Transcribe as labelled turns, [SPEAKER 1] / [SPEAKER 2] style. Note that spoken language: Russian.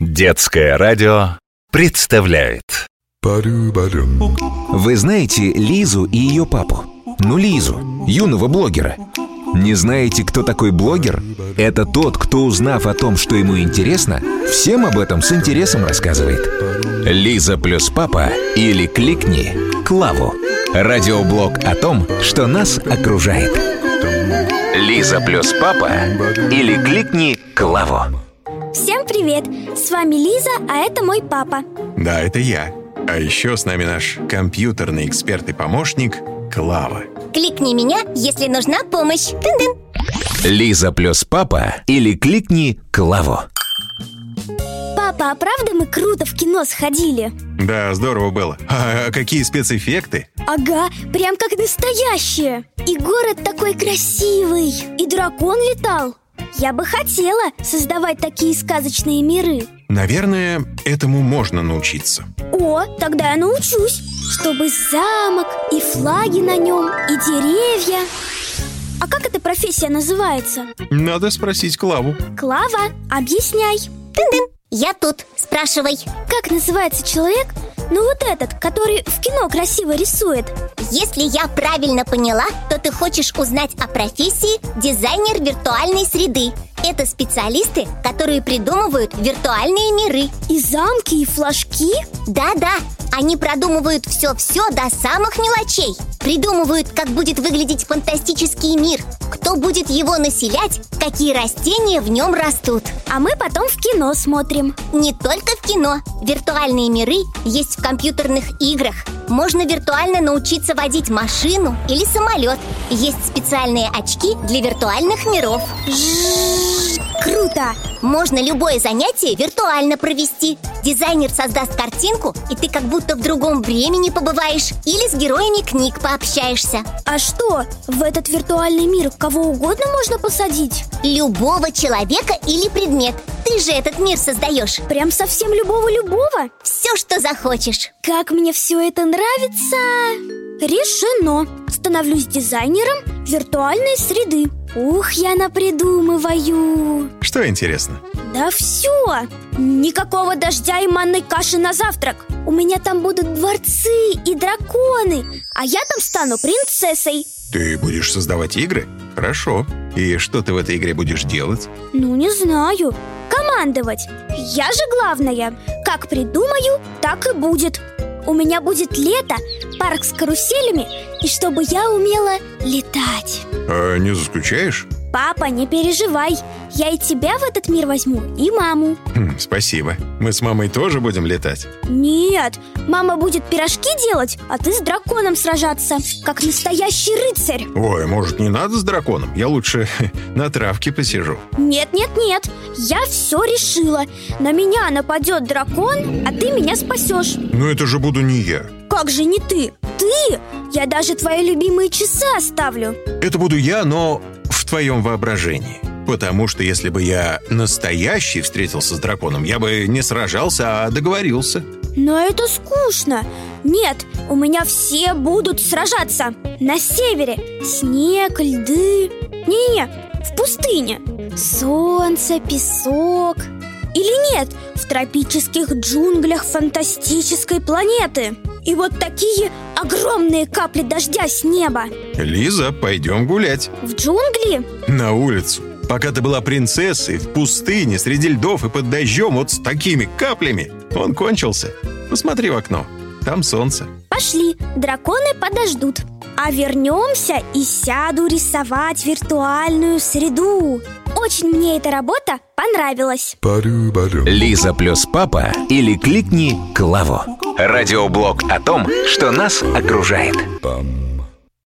[SPEAKER 1] Детское радио представляет
[SPEAKER 2] Пару-барум.
[SPEAKER 3] Вы знаете Лизу и ее папу? Ну, Лизу, юного блогера. Не знаете, кто такой блогер? Это тот, кто, узнав о том, что ему интересно, всем об этом с интересом рассказывает. Лиза плюс папа или кликни Клаву. Радиоблог о том, что нас окружает. Лиза плюс папа или кликни Клаву.
[SPEAKER 4] Всем привет! С вами Лиза, а это мой папа.
[SPEAKER 5] Да, это я. А еще с нами наш компьютерный эксперт и помощник Клава.
[SPEAKER 4] Кликни меня, если нужна помощь. Тын-тын.
[SPEAKER 3] Лиза плюс папа или кликни Клаву.
[SPEAKER 4] Папа, а правда мы круто в кино сходили?
[SPEAKER 5] Да, здорово было. А какие спецэффекты?
[SPEAKER 4] Ага, прям как настоящее. И город такой красивый, и дракон летал. Я бы хотела создавать такие сказочные миры.
[SPEAKER 5] Наверное, этому можно научиться.
[SPEAKER 4] О, тогда я научусь, чтобы замок и флаги на нем, и деревья. А как эта профессия называется?
[SPEAKER 5] Надо спросить Клаву.
[SPEAKER 4] Клава, объясняй. Тын-тын.
[SPEAKER 6] Я тут, спрашивай.
[SPEAKER 4] Как называется человек? Ну вот этот, который в кино красиво рисует.
[SPEAKER 6] Если я правильно поняла, то ты хочешь узнать о профессии дизайнер виртуальной среды. Это специалисты, которые придумывают виртуальные миры.
[SPEAKER 4] И замки, и флажки.
[SPEAKER 6] Да-да, они продумывают все-все до самых мелочей. Придумывают, как будет выглядеть фантастический мир, кто будет его населять, какие растения в нем растут.
[SPEAKER 4] А мы потом в кино смотрим.
[SPEAKER 6] Не только в кино. Виртуальные миры есть в компьютерных играх. Можно виртуально научиться водить машину или самолет. Есть специальные очки для виртуальных миров.
[SPEAKER 4] Круто!
[SPEAKER 6] Можно любое занятие виртуально провести. Дизайнер создаст картинку, и ты как будто в другом времени побываешь или с героями книг пообщаешься.
[SPEAKER 4] А что, в этот виртуальный мир кого угодно можно посадить?
[SPEAKER 6] Любого человека или предмет. Ты же этот мир создаешь.
[SPEAKER 4] Прям совсем любого-любого?
[SPEAKER 6] Все, что захочешь.
[SPEAKER 4] Как мне все это нравится! Решено! Становлюсь дизайнером виртуальной среды. Ух, я напридумываю!
[SPEAKER 5] Что интересно?
[SPEAKER 4] Да все! Никакого дождя и манной каши на завтрак! У меня там будут дворцы и драконы, а я там стану принцессой.
[SPEAKER 5] Ты будешь создавать игры? Хорошо. И что ты в этой игре будешь делать?
[SPEAKER 4] Ну, не знаю. Командовать. Я же главная. Как придумаю, так и будет. У меня будет лето, парк с каруселями, и чтобы я умела летать.
[SPEAKER 5] А не заскучаешь?
[SPEAKER 4] Папа, не переживай. Я и тебя в этот мир возьму, и маму.
[SPEAKER 5] Хм, спасибо. Мы с мамой тоже будем летать.
[SPEAKER 4] Нет, мама будет пирожки делать, а ты с драконом сражаться, как настоящий рыцарь.
[SPEAKER 5] Ой, может, не надо с драконом? Я лучше на травке посижу.
[SPEAKER 4] Нет, нет, нет, я все решила. На меня нападет дракон, а ты меня спасешь.
[SPEAKER 5] Но это же буду не я.
[SPEAKER 4] Как же не ты? Ты? Я даже твои любимые часы оставлю.
[SPEAKER 5] Это буду я, но в твоем воображении. Потому что если бы я настоящий встретился с драконом, я бы не сражался, а договорился.
[SPEAKER 4] Но это скучно. Нет, у меня все будут сражаться. На севере снег, льды. Не-не, в пустыне. Солнце, песок. Или нет, в тропических джунглях фантастической планеты. И вот такие огромные капли дождя с неба.
[SPEAKER 5] Лиза, пойдем гулять.
[SPEAKER 4] В джунгли?
[SPEAKER 5] На улицу. Пока ты была принцессой в пустыне, среди льдов и под дождем, вот с такими каплями, он кончился. Посмотри в окно. Там солнце.
[SPEAKER 4] Пошли, драконы подождут. А вернемся и сяду рисовать виртуальную среду. Очень мне эта работа понравилась.
[SPEAKER 2] Пару-барум.
[SPEAKER 3] Лиза плюс папа или кликни Клаву. Радиоблог о том, что нас окружает.
[SPEAKER 2] Пам.